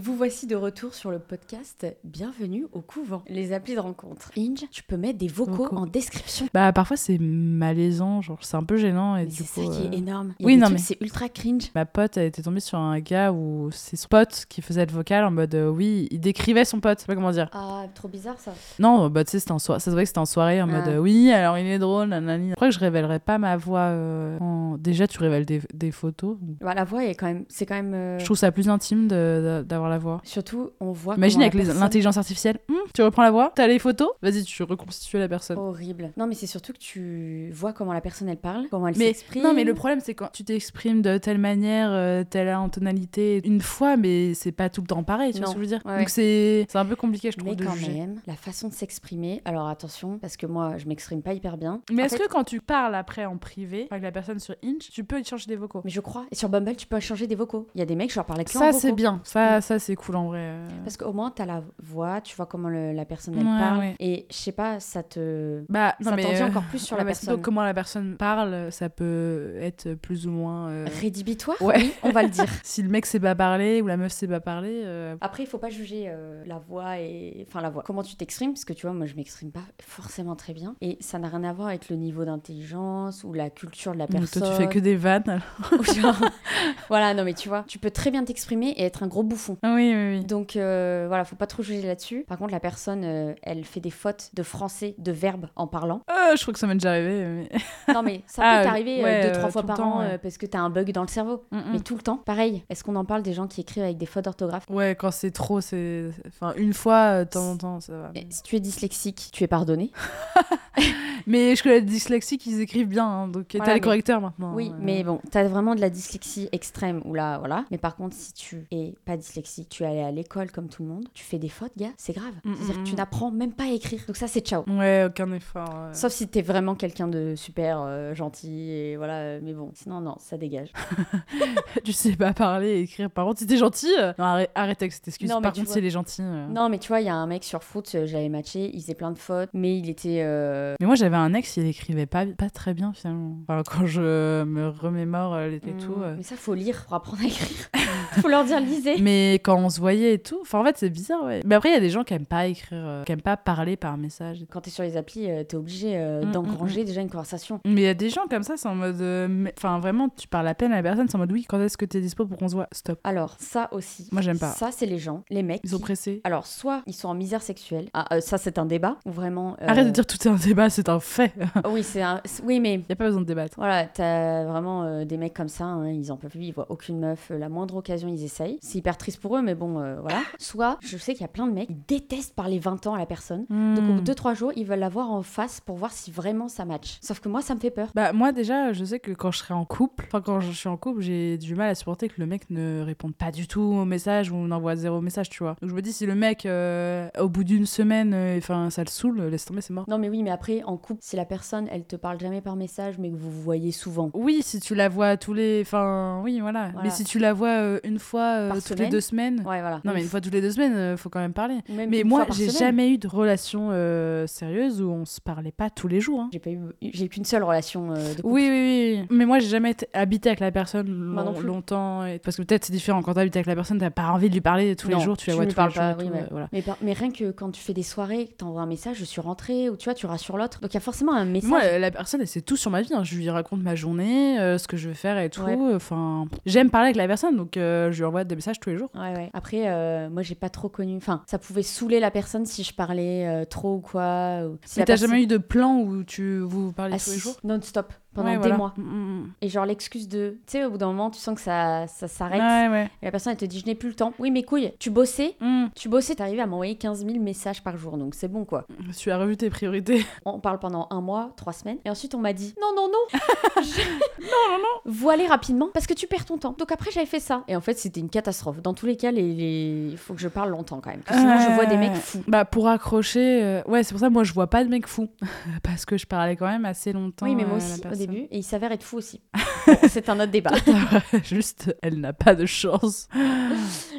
Vous voici de retour sur le podcast. Bienvenue au couvent. Les applis de rencontre. Euh, Inge, tu peux mettre des vocaux Vocaux. en description. Bah parfois c'est malaisant, genre c'est un peu gênant et Mais du C'est coup. ça qui euh, est énorme. Il y a oui, des non, trucs, mais- C'est ultra cringe. Ma pote, elle était tombée sur un gars où c'est son pote qui faisait le vocal en mode euh, oui, il décrivait son pote, je sais pas comment dire. Ah, trop bizarre ça. Non, bah tu sais, c'était en soirée, ça se voyait que c'était en soirée en mode Ah. euh, oui, alors il est drôle, nanani. Je crois que je révélerais pas ma voix. euh, en- Déjà, tu révèles des, des photos. donc Bah, la voix est quand même. C'est quand même. euh, Je trouve ça plus intime de- de- d'avoir la voix. Surtout, on voit. Imagine comment avec la les- personne- l'intelligence artificielle, Hum, tu reprends la voix, t'as les photos, vas-y, tu reconstitues la personne. Horrible. Non, mais c'est surtout que tu vois comment la personne elle parle, comment elle Mais s'exprime. non, mais le problème c'est quand tu t'exprimes de telle manière, euh, telle intonalité une fois, mais c'est pas tout le temps pareil, tu Non. vois ce que je veux dire Ouais, ouais. Donc c'est c'est un peu compliqué, je trouve. Mais de quand juger. même, la façon de s'exprimer. Alors attention, parce que moi, je m'exprime pas hyper bien. Mais En est-ce fait- que quand tu parles après en privé avec la personne sur Inch, tu peux échanger des vocaux Mais je crois. Et sur Bumble, tu peux changer des vocaux. Il y a des mecs, je leur parlais que en Mm. Ça vocaux. c'est bien, ça, ça c'est cool en vrai. euh. Parce qu'au moins, t'as la voix, tu vois comment le- la personne elle Ouais, parle. ouais. Et je sais pas, ça te. Bah, non, ça mais. t'en dit euh, encore plus sur la ouais, bah, c'est personne. donc comment la personne parle, ça peut être plus ou moins. euh, Rédhibitoire Ouais. Oui, on va le dire. si le mec sait pas parler ou la meuf sait pas parler, euh, Après, il faut pas juger euh, la voix et enfin la voix. Comment tu t'exprimes Parce que tu vois, moi, je m'exprime pas forcément très bien, et ça n'a rien à voir avec le niveau d'intelligence ou la culture de la donc personne. toi tu fais que des vannes. Ou genre- voilà, non, mais tu vois, tu peux très bien t'exprimer et être un gros bouffon. Ah oui, oui, oui. Donc euh, voilà, faut pas trop juger là-dessus. Par contre, la personne, euh, elle fait des fautes de français, de verbes en parlant. Euh, je crois que ça m'est déjà arrivé. mais- Non mais ça Ah, peut t'arriver euh, ouais, deux euh, trois fois tout par le temps, an ouais. euh, parce que t'as un bug dans le cerveau. Mm, mm. Mais tout le temps, pareil. Est-ce qu'on en parle des gens qui écrivent avec des fautes d'orthographe Ouais, quand c'est trop, c'est. Enfin, une fois, euh, de temps en temps, ça va. Et Si tu es dyslexique, tu es pardonné. Mais je connais les dyslexiques, ils écrivent bien, hein, donc Voilà, t'as les mais- correcteurs maintenant. Oui, euh. mais bon, t'as vraiment de la dyslexie extrême ou là, voilà. Mais par contre, si tu es pas dyslexique, tu es allé à l'école comme tout le monde, tu fais des fautes, gars, c'est grave. Mm, C'est-à-dire mm, que tu mm. n'apprends même pas à écrire. Donc ça, c'est ciao. Ouais, aucun effort. euh. Sauf si t'es vraiment quelqu'un de super euh, gentil et voilà, euh, mais bon, sinon non, ça dégage. tu sais pas parler et écrire. Par contre, si t'es gentil, euh, non, arrête, arrête avec cette excuse. Non, mais Par tu contre, vois- c'est les gentils. euh. Non, mais tu vois, il y a un mec sur foot, euh, j'avais matché, il faisait plein de fautes, mais il était euh, Mais moi, j'avais un ex, il écrivait pas, pas très bien finalement. Enfin, quand je me remémore euh, les- et tout. Hmm, euh. Mm. Mais ça, faut lire pour apprendre à écrire. faut leur dire lisez. Mais quand on se voyait et tout, enfin en fait c'est bizarre ouais. Mais après il y a des gens qui aiment pas écrire, euh, qui aiment pas parler par message. Quand t'es sur les applis, euh, t'es obligé euh, Mm, mm, d'engranger déjà une conversation. Mais il y a des gens comme ça, c'est en mode. euh, mais- Enfin, vraiment, tu parles à peine à la personne, c'est en mode oui, quand est-ce que t'es dispo pour qu'on se voit Stop. Alors, ça aussi. Moi, j'aime pas. Ça, c'est les gens, les mecs. Ils sont qui- pressés. Alors, soit ils sont en misère sexuelle. Ah, euh, ça, c'est un débat. Ou vraiment. euh, Arrête de dire tout est un débat, c'est un fait. Il Ah Oui, c'est un. c'est- Oui, mais. a pas besoin de débattre. Voilà, t'as vraiment euh, des mecs comme ça, hein, ils en peuvent plus, ils voient aucune meuf, euh, la moindre occasion, ils essayent. C'est hyper triste pour eux, mais bon, euh, voilà. Soit, je sais qu'il y a plein de mecs, ils détestent parler 20 ans à la personne. Donc, Mm. au bout Hmm. de 2-3 jours, ils veulent la voir en face pour voir si vraiment ça match. Sauf que moi, ça me fait peur. Bah moi déjà, je sais que quand je serai en couple, enfin quand je suis en couple, j'ai du mal à supporter que le mec ne réponde pas du tout au message ou n'envoie zéro message, tu vois. Donc je me dis si le mec, euh, au bout d'une semaine, euh, enfin ça le saoule, euh, laisse tomber, c'est mort. Non, mais oui, mais après, en couple, si la personne, elle te parle jamais par message, mais que vous vous voyez souvent. Oui, si tu la vois tous les, enfin oui voilà. Voilà. Mais si tu la vois euh, une fois euh, Par toutes semaine les deux semaines, Ouais, voilà. non mais une fois toutes les deux semaines, euh, faut quand même parler. Ou même Mais une moi, fois par j'ai semaine. jamais eu de relation euh, sérieuse où on se parlait pas tous les jours. hein. J'ai pas eu, j'ai eu qu'une seule relation euh, de couple. Oui, oui, oui. Mais moi, j'ai jamais été habité avec la personne Moi non long- plus. longtemps. et- Parce que peut-être c'est différent. Quand t'habites avec la personne, t'as pas envie de lui parler tous Non, les jours. Tu la tu vois lui tous les parles jours. pas, et oui, tout, ouais. euh, voilà. Mais, par- mais rien que quand tu fais des soirées, que t'envoies un message, je suis rentrée, ou tu vois, tu rassures l'autre. Donc il y a forcément un Mais message. Moi, euh, la personne, elle sait tout sur ma vie. hein. Je lui raconte ma journée, euh, ce que je veux faire et tout. euh, Ouais. Enfin, j'aime parler avec la personne, donc euh, je lui envoie des messages tous les jours. Ouais, ouais. Après, euh, moi, j'ai pas trop connu. Enfin, ça pouvait saouler la personne si je parlais euh, trop ou quoi. Ou... Si Mais t'as jamais eu de plan où tu vous parlez tous les jours non-stop, pendant Ouais, des voilà. mois. Mm, mm, mm. Et genre, l'excuse de. Tu sais, au bout d'un moment, tu sens que ça, ça s'arrête. Ouais, ouais. Et la personne, elle te dit, je n'ai plus le temps. Oui, mais couille, tu bossais. Mm. Tu bossais, t'arrivais à m'envoyer 15 000 messages par jour, donc c'est bon quoi. Tu as revu tes priorités. On parle pendant un mois, trois semaines, et ensuite on m'a dit non, non, non, non, non, non, voiler rapidement parce que tu perds ton temps. Donc après j'avais fait ça, et en fait c'était une catastrophe. Dans tous les cas, les- les- il faut que je parle longtemps quand même, parce que sinon je vois des mecs Euh, fous. Bah, pour accrocher, euh, ouais, c'est pour ça, moi, je vois pas de mec fou. parce que je parlais quand même assez longtemps. Oui, mais moi euh, à la aussi, au personne. Ah, début et il s'avère être fou aussi. Bon, c'est un autre débat. Juste, elle n'a pas de chance.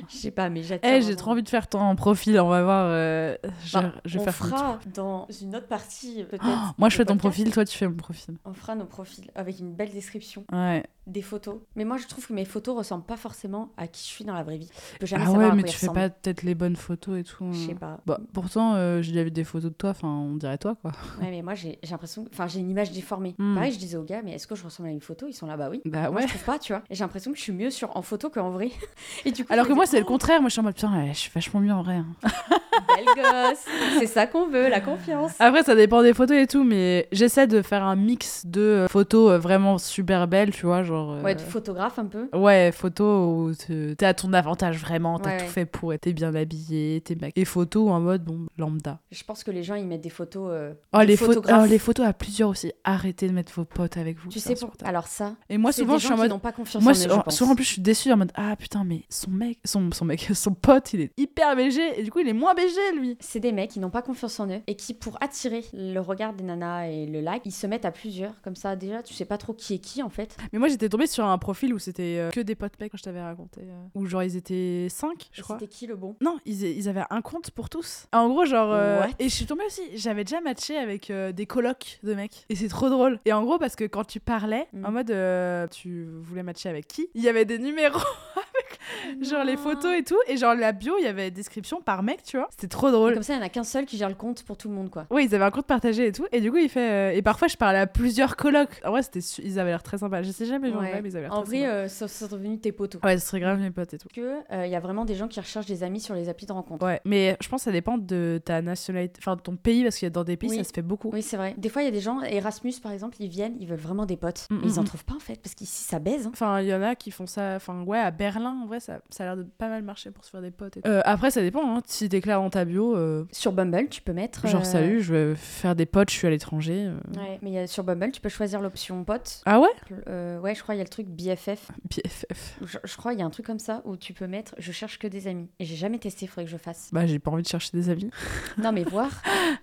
Je sais pas, mais j'attends. Eh, j'ai trop envie de faire ton profil, on va voir. euh, je, Bah, je vais on faire ton fera dans une autre partie peut-être. truc. Moi, je de fais ton podcast. profil, toi, tu fais mon profil. On fera nos profils avec une belle description, Ouais. des photos. Mais moi, je trouve que mes photos ressemblent pas forcément à qui je suis dans la vraie vie. Je peux jamais Ah savoir ouais, à mais quoi ils tu fais ressemblent. pas peut-être les bonnes photos et tout. Je sais hein. pas. Bah, pourtant, euh, j'ai déjà vu des photos de toi, enfin, on dirait toi, quoi. Ouais, mais moi, j'ai j'ai l'impression. Enfin, j'ai une image déformée. Hmm. Pareil, je disais aux gars, mais est-ce que je ressemble à une photo Ils sont là, bah oui. Bah Moi, ouais. je trouve pas, tu vois. Et j'ai l'impression que je suis mieux sur en photo qu'en vrai. Et du coup, Alors je que me moi, dis, c'est le contraire. Moi, je suis en mode, putain, ouais, je suis vachement mieux en vrai. hein. Belle gosse C'est ça qu'on veut, la confiance. Après, ça dépend des photos et tout, mais j'essaie de faire un mix de euh, photos euh, vraiment super belles, tu vois, genre. euh, Ouais, de photographe un peu. Ouais, photos où te- t'es à ton avantage vraiment, t'as Ouais, tout ouais. fait pour, t'es bien habillé, t'es mec. Et photos en mode, bon, lambda. Je pense que les gens, ils mettent des photos. euh, Oh, de les, photos photographes. oh, les photos à plusieurs aussi. Arrêtez de mettre vos potes avec vous. Tu c'est sais pour... insupportable. Alors, ça. Et moi, c'est souvent, des je suis gens en qui mode. n'ont pas confiance Moi, en eux, sou- je pense. souvent en plus, je suis déçue en mode Ah putain, mais son mec, son, son mec, son pote, il est hyper BG et du coup, il est moins BG lui. C'est des mecs qui n'ont pas confiance en eux et qui, pour attirer le regard des nanas et le like, ils se mettent à plusieurs. Comme ça, déjà, tu sais pas trop qui est qui en fait. Mais moi, j'étais tombée sur un profil où c'était euh, que des potes mecs, je t'avais raconté. euh, où genre, ils étaient 5, je Et crois. C'était qui le bon Non, ils, ils avaient un compte pour tous. En gros, genre. euh, What et je suis tombée aussi. J'avais déjà matché avec euh, des colocs de mecs. Et c'est trop drôle. Et en gros, parce que quand tu parlais, Mm. en mode. euh, tu voulais matcher avec qui Il y avait des numéros. Genre les Non. photos et tout, et genre la bio, il y avait description par mec, tu vois. C'était trop drôle. Comme ça, il y en a qu'un seul qui gère le compte pour tout le monde quoi. Ouais, ils avaient un compte partagé et tout, et du coup, il fait. euh, Et parfois, je parlais à plusieurs colocs. En vrai, c'était su- ils avaient l'air très sympas. Je sais jamais, genre, Ouais. mais ils avaient l'air En très vrai, sympas. euh, ça ça sont devenus tes potos. Ouais, ce serait grave mes potes et tout. Que euh, il y a vraiment des gens qui recherchent des amis sur les applis de rencontre. Ouais, mais je pense que ça dépend de ta nationalité, enfin de ton pays, parce qu'il y a dans des pays, Oui. ça se fait beaucoup. Oui, c'est vrai. Des fois, il y a des gens, Erasmus par exemple, ils viennent, ils veulent vraiment des potes. Mm, mais ils mm, en mm. trouvent pas en fait, parce qu'ici ça baise. hein. Enfin, il y en a qui font ça. Enfin, ouais, à Berlin, en vrai, ça, ça a l'air de pas mal marcher pour se faire des potes. Et tout. Euh, après, ça dépend. Hein. Si t'es clair dans ta bio, euh, Sur Bumble, tu peux mettre. genre euh, salut, je vais faire des potes, je suis à l'étranger. euh. Ouais, mais il y a- sur Bumble, tu peux choisir l'option pote. Ah ouais Euh, ouais, je crois il y a le truc BFF. BFF. Je, je crois il y a un truc comme ça où tu peux mettre je cherche que des amis. Et j'ai jamais testé, faudrait que je fasse. Bah, j'ai pas envie de chercher des amis. Non, mais voir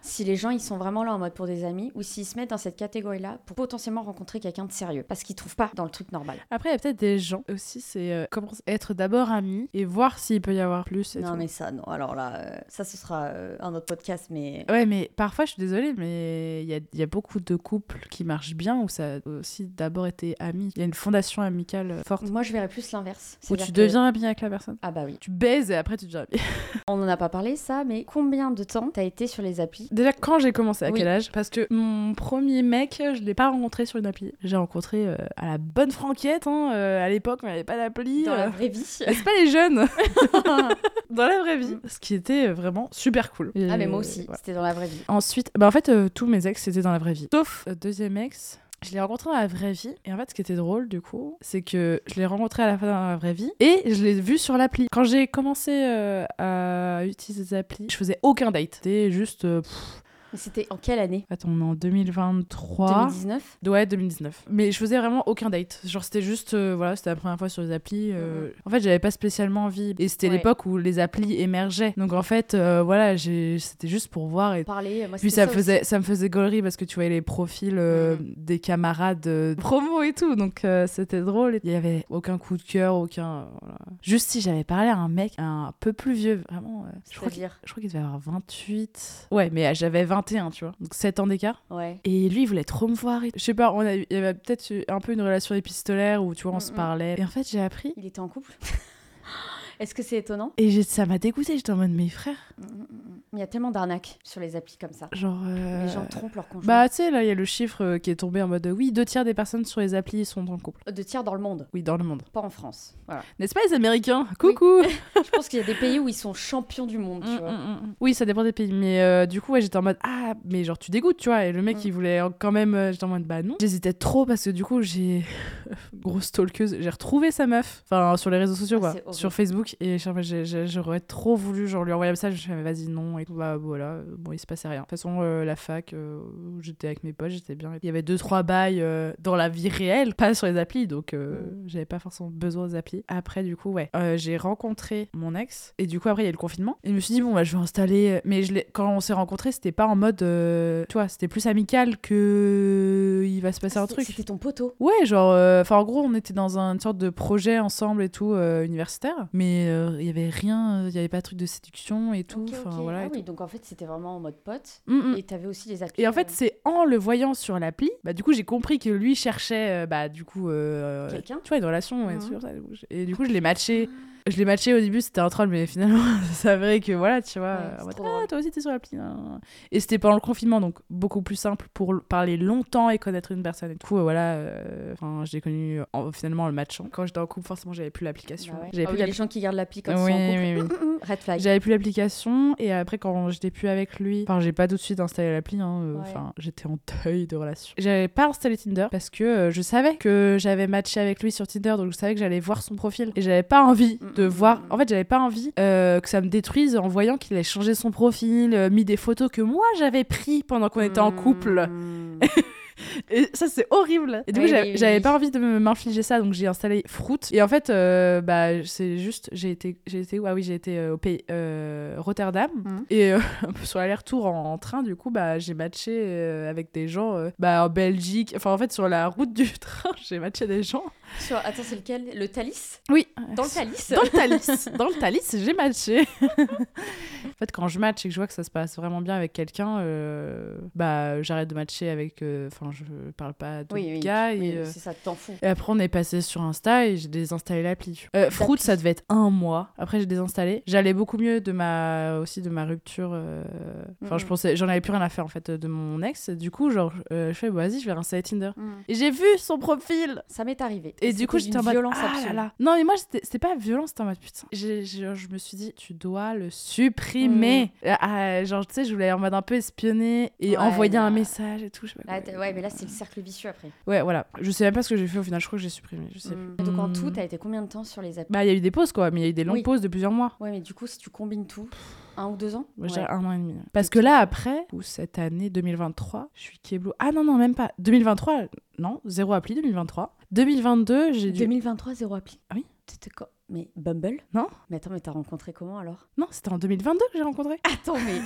si les gens ils sont vraiment là en mode pour des amis ou s'ils se mettent dans cette catégorie là pour potentiellement rencontrer quelqu'un de sérieux parce qu'ils trouvent pas dans le truc normal. Après, il y a peut-être des gens aussi, c'est euh, commence- être d'abord ami et voir s'il peut y avoir plus. et Non, tout. mais ça, non. Alors là, euh, ça ce sera euh, un autre podcast, mais. Ouais, mais parfois, je suis désolée, mais il y a, il y a beaucoup de couples qui marchent bien où ça a aussi d'abord été ami. Il y a une fondation amicale euh, forte Moi je verrais plus l'inverse. où C'est-à-dire tu que- deviens ami avec la personne. Ah bah oui. Tu baises et après tu deviens ami. On n'en a pas parlé ça, mais combien de temps t'as été sur les applis Déjà, quand j'ai commencé, à Oui. quel âge Parce que mon premier mec, je l'ai pas rencontré sur une appli. J'ai rencontré euh, à la bonne franquette, hein, euh, à l'époque, on n'avait pas d'appli. Dans euh. la vraie vie Mais C'est pas les jeunes Dans la vraie vie. Ce qui était vraiment super cool. Ah, mais moi Et aussi, voilà. c'était dans la vraie vie. Ensuite, bah en fait, euh, tous mes ex, c'était dans la vraie vie. Sauf euh, deuxième ex, je l'ai rencontré dans la vraie vie. Et en fait, ce qui était drôle, du coup, c'est que je l'ai rencontré à la fin dans la vraie vie et je l'ai vu sur l'appli. Quand j'ai commencé euh, à utiliser des applis, je faisais aucun date. C'était juste. euh, pff, Mais c'était en quelle année attends, on est en 2023. 2019 Ouais, 2019. Mais je faisais vraiment aucun date. Genre, c'était juste, euh, voilà, c'était la première fois sur les applis. euh, En fait, j'avais pas spécialement envie. Et c'était Ouais. l'époque où les applis émergeaient. Donc, en fait, euh, voilà, j'ai- c'était juste pour voir. Et Parler, euh, moi puis, c'était ça, me faisait, ça me faisait gaulerie parce que tu voyais les profils euh, Mhm. des camarades euh, promo et tout. Donc, euh, c'était drôle. Il y avait aucun coup de cœur, aucun. euh, voilà. Juste si j'avais parlé à un mec un peu plus vieux, vraiment. euh, je crois qu'il dire je crois qu'il devait avoir 28. Ouais, mais euh, j'avais 21, tu vois. Donc, 7 ans d'écart. Ouais. Et lui, il voulait trop me voir. et- Je sais pas, on a eu- il y avait peut-être eu un peu une relation épistolaire où tu vois, on se Mm, mm. parlait. Et en fait, j'ai appris. Il était en couple Est-ce que c'est étonnant Et j'ai- ça m'a dégoûté. J'étais en mode, mes frères, Mm, mm, mm. Il y a tellement d'arnaques sur les applis comme ça. genre. euh, Les gens trompent leur conjoint. Bah, tu sais, là, il y a le chiffre euh, qui est tombé en mode, euh, oui, deux tiers des personnes sur les applis sont en couple. De tiers dans le monde, Oui, dans le monde. pas en France. Voilà. N'est-ce pas, les Américains Coucou Je pense qu'il y a des pays où ils sont champions du monde, tu Mm, vois. mm, mm. Oui, ça dépend des pays. Mais euh, du coup, ouais, j'étais en mode Ah, mais genre, tu dégoûtes, tu vois. Et le mec, Mm. il voulait euh, quand même. euh, J'étais en mode Bah non. J'hésitais trop parce que du coup, j'ai. Grosse stalkeuse. J'ai retrouvé sa meuf. Enfin, sur les réseaux sociaux, Ah, quoi. c'est horrible. Sur Facebook. Et je- je- je- j'aurais trop voulu, genre, lui envoyer un message. Je me suis dit, Mais vas-y, non. et tout. Bah voilà, euh, bon, il se passait rien. De toute façon, euh, la fac, euh, j'étais avec mes potes, j'étais bien. Il y avait deux, trois bails euh, dans la vie réelle, pas sur les applis, donc euh, j'avais pas forcément besoin des applis. Après, du coup, ouais, euh, j'ai rencontré mon ex, et du coup, après, il y a eu le confinement. Et je me suis dit, bon, bah, je vais installer. Mais je l'ai- quand on s'est rencontrés, c'était pas en mode. euh, tu vois, c'était plus amical que. Il va se passer un Ah, C'était- truc. C'était ton poteau. Ouais, genre, euh, enfin, en gros, on était dans un- une sorte de projet ensemble et tout, euh, universitaire, mais euh, il y avait rien, euh, il y avait pas de truc de séduction et tout, Ok, enfin, ok. voilà. Ah et oui, donc en fait, c'était vraiment en mode pote. tout. Mm, mm. Et euh, t'avais aussi les actus. Et en fait, c'est en le voyant sur l'appli, bah, du coup, j'ai compris que lui cherchait, euh, bah, du coup, euh, Quelqu'un tu vois, une relation, ouais, Mhm. sur ça. Et du coup, je l'ai matché. Je l'ai matché au début, c'était un troll, mais finalement, ça s'avérait que, voilà, tu vois, Ouais, en c'est mode, trop ah, drôle. toi aussi, t'es sur l'appli. nan, nan, nan. Et c'était pendant le confinement, donc beaucoup plus simple pour l- parler longtemps et connaître une personne. Et du coup, euh, voilà, euh, enfin, je l'ai connu en- finalement en le matchant. Quand j'étais en couple, forcément, j'avais plus l'application. Bah ouais. J'avais Ah plus oui, les gens qui gardent l'appli comme Oui, ça en couple. Mm, oui, oui. Red flag. J'avais plus l'application et après quand j'étais plus avec lui, enfin j'ai pas tout de suite installé l'appli, hein, euh, Ouais. enfin j'étais en deuil de relation. J'avais pas installé Tinder parce que euh, je savais que j'avais matché avec lui sur Tinder donc je savais que j'allais voir son profil et j'avais pas envie Mm, de mm, voir. mm. En fait j'avais pas envie euh, que ça me détruise en voyant qu'il avait changé son profil, euh, mis des photos que moi j'avais pris pendant qu'on était Mm. en couple. Mmh. Et ça, c'est horrible. Et du coup, Eh Oui, j'avais oui, oui. j'avais pas envie de me- m'infliger ça, donc j'ai installé Fruit. Et en fait, euh, bah, c'est juste, j'ai été, j'ai été où Ah oui, j'ai été euh, au pays euh, Rotterdam. Mhm. Et euh, un peu sur l'aller-retour en, en train, du coup, bah, j'ai matché euh, avec des gens euh, bah, en Belgique. Enfin, en fait, sur la route du train, j'ai matché des gens. Sur- Attends, c'est lequel Le Thalys Oui. Dans le Thalys Dans le Thalys, dans le Thalys, j'ai matché. en fait, quand je match et que je vois que ça se passe vraiment bien avec quelqu'un, euh, bah, j'arrête de matcher avec. euh, Enfin, je parle pas d'autres Oui, oui. gars. oui, et, euh, c'est ça, t'en fous. et après, on est passé sur Insta et j'ai désinstallé l'appli. Euh, Fruit, ça devait être un mois. Après, j'ai désinstallé. J'allais beaucoup mieux de ma aussi de ma rupture. euh, Enfin, je Mhm. pensais, j'en avais plus rien à faire en fait euh, de mon ex. Du coup, genre, euh, je fais, bah, vas-y, je vais réinstaller Tinder. Mmh. Et j'ai vu son profil. Ça m'est arrivé. Et du coup, C'était j'étais en d'une mode. violence ah là absolue. là. Non, mais moi, c'était c'était pas violent, c'était en mode putain. J'ai- j'ai- je me suis dit, tu dois le supprimer. Ah, genre, tu sais, je voulais en mode un peu espionner et Mm. Ouais, envoyer un là. message et tout. Je sais pas Là, quoi. t'as- ouais, mais là, c'est le cercle vicieux après. Ouais, voilà. Je sais même pas ce que j'ai fait au final. Je crois que j'ai supprimé. Je sais Mmh. plus. Et donc, en tout, Mmh. t'as été combien de temps sur les applis Bah, il y a eu des pauses, quoi, mais il y a eu des longues Oui. pauses de plusieurs mois. Ouais, mais du coup, si tu combines tout, un ou deux ans Moi, j'ai Ouais. un an et demi. Parce que là, après, ou cette année 2023, je suis Keblo. Ah non, non, même pas. 2023, non, zéro appli 2023. 2022, j'ai dû. 2023, zéro appli Ah oui. C'était quand Mais Bumble Non. Mais attends, mais t'as rencontré comment alors Non, c'était en 2022 que j'ai rencontré. Attends, mais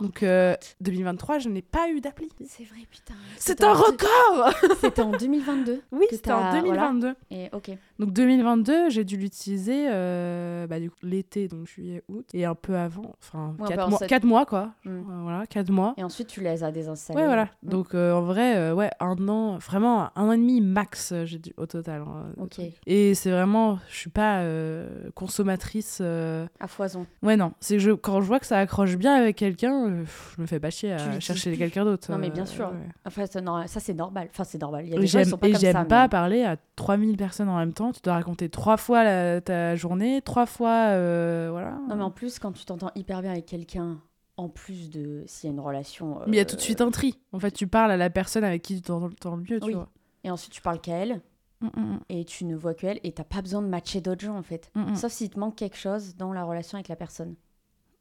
Donc, euh, 2023, je n'ai pas eu d'appli. c'est vrai, putain. C'est C'était un en deux- record C'était en 2022. Oui, Que c'était en t'as- voilà. 2022. Et ok. Donc 2022, j'ai dû l'utiliser euh, bah, du coup, l'été, donc juillet, août, et un peu avant, enfin Ouais, un 4 peu en mois, sept- quatre mois quoi. Mm. Euh, voilà, 4 mois. Et ensuite, tu les as désinstallés. Ouais, voilà. Mm. Donc, euh, en vrai, euh, ouais, un an, vraiment un an et demi max, euh, j'ai dû- au total. hein, de Ok. trucs. Et c'est vraiment, je suis pas euh, consommatrice. euh, À foison. Ouais, non. C'est que je, quand je vois que ça accroche bien avec quelqu'un, euh, pff, je me fais pas chier Tu à l'utilises chercher plus. quelqu'un d'autre. Non, mais euh, bien sûr. ouais. Enfin, c'est nor- ça, c'est normal. Enfin, c'est normal. Il y a Et des gens, ils j'aime sont pas et comme j'aime ça. pas mais- parler à 3000 personnes en même temps. Tu dois raconter trois fois la- ta journée, trois fois. euh, voilà. Non, mais en plus, quand tu t'entends hyper bien avec quelqu'un, en plus de s'il y a une relation. Mais il y a euh, tout de suite un tri. En fait, tu parles à la personne avec qui tu t'entends le mieux, tu Oui. vois. Et ensuite, tu parles qu'à elle, Mm, mm, et tu ne vois qu'elle, et t'as pas besoin de matcher d'autres gens, en fait. mm, mm. Sauf s'il te manque quelque chose dans la relation avec la personne.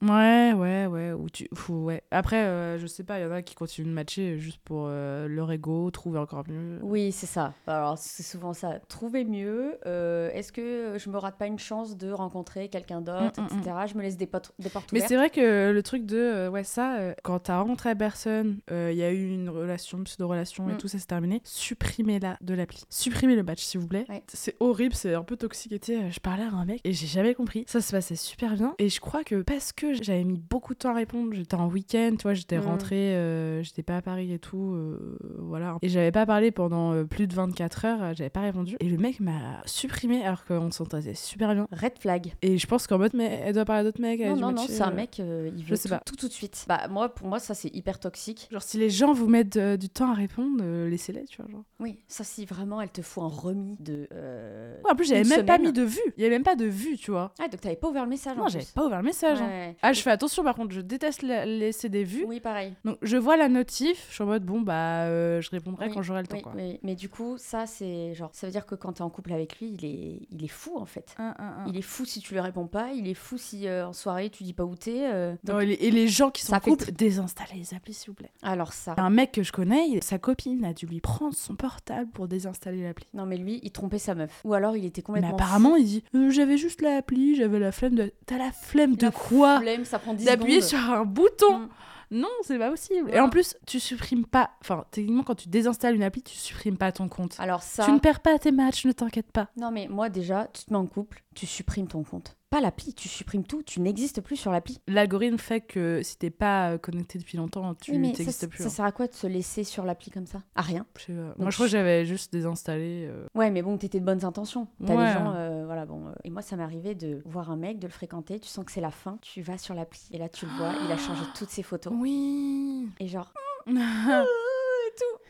Ouais, ouais, ouais. Ou tu... fou, ouais. Après, euh, je sais pas, il y en a qui continuent de matcher juste pour euh, leur ego, trouver encore mieux. Oui, c'est ça. Alors, c'est souvent ça. Trouver mieux. euh, Est-ce que je me rate pas une chance de rencontrer quelqu'un d'autre, Mm, mm, etc. Je me laisse des, potes- des portes Mais ouvertes. c'est vrai que le truc de, euh, ouais, ça, euh, quand t'as rencontré la personne, euh, il y a eu une relation, pseudo-relation et Mm. tout, ça s'est terminé, supprimez-la de l'appli. Supprimez le match, s'il vous plaît. Ouais. C'est horrible, c'est un peu toxique. Et tu sais, euh, je parlais à un mec et j'ai jamais compris. Ça se passait super bien. Et je crois que parce que j'avais mis beaucoup de temps à répondre, j'étais en week-end, tu vois, j'étais Mm. rentrée, euh, j'étais pas à Paris et tout, euh, voilà. Et j'avais pas parlé pendant euh, plus de 24 heures, euh, j'avais pas répondu. Et le mec m'a supprimé alors qu'on s'entendait super bien. Red flag. Et je pense qu'en mode, mais elle doit parler à d'autres mecs. elle a Non, dû non, non, matcher, c'est un euh, mec, euh, il veut sais tout, pas. tout tout de suite. Bah, moi, pour moi, ça, c'est hyper toxique. Genre, si les gens vous mettent euh, du temps à répondre, euh, laissez-les, tu vois. Genre. Oui, ça, si vraiment elle te fout un remis de. euh, Ouais, en plus, j'avais Une même pas semaine. mis de vue. Il y avait même pas de vue, tu vois. Ah, donc t'avais pas ouvert le message en Non, j'avais plus. pas ouvert le message. hein. Ouais. Ah, je fais attention, par contre, je déteste la- laisser des vues. Oui, pareil. Donc, je vois la notif, je suis en mode, bon, bah, euh, je répondrai Oui, quand j'aurai le temps, Oui, quoi. oui. Mais du coup, ça, c'est genre. Ça veut dire que quand t'es en couple avec lui, il est, il est fou, en fait. Un, un, un. Il est fou si tu lui réponds pas, il est fou si euh, en soirée tu dis pas où t'es. euh. Donc, Non, et les- et les gens qui sont Ça en couple, fait- désinstallez les applis, s'il vous plaît. Alors ça. Un mec que je connais, il- sa copine a dû lui prendre son portable pour désinstaller l'appli. Non, mais lui, il trompait sa meuf. Ou alors il était Mais complètement. apparemment, il dit Euh, J'avais juste l'appli, j'avais la flemme de. T'as la flemme de La quoi flemme, ça prend 10 D'appuyer secondes. sur un bouton Mm. Non, c'est pas possible. Et Voilà. en plus, tu supprimes pas. Enfin, techniquement, quand tu désinstalles une appli, tu supprimes pas ton compte. Alors ça. Tu ne perds pas tes matchs, ne t'inquiète pas. Non, mais moi, déjà, tu te mets en couple, tu supprimes ton compte. Pas l'appli, tu supprimes tout, tu n'existes plus sur l'appli. L'algorithme fait que si t'es pas euh, connecté depuis longtemps, tu Oui, mais ça, t'existes plus. ça hein. sert à quoi de se laisser sur l'appli comme ça À rien. Je sais pas. Moi, Donc, je crois que je- j'avais juste désinstallé. euh, Ouais, mais bon, t'étais de bonnes intentions. T'as Ouais. des gens, euh, voilà, bon. euh, et moi, ça m'est arrivé de voir un mec, de le fréquenter, tu sens que c'est la fin, tu vas sur l'appli et là, tu le vois, il a changé Ah. toutes ses photos. Oh. Oui. Et genre, tu sais,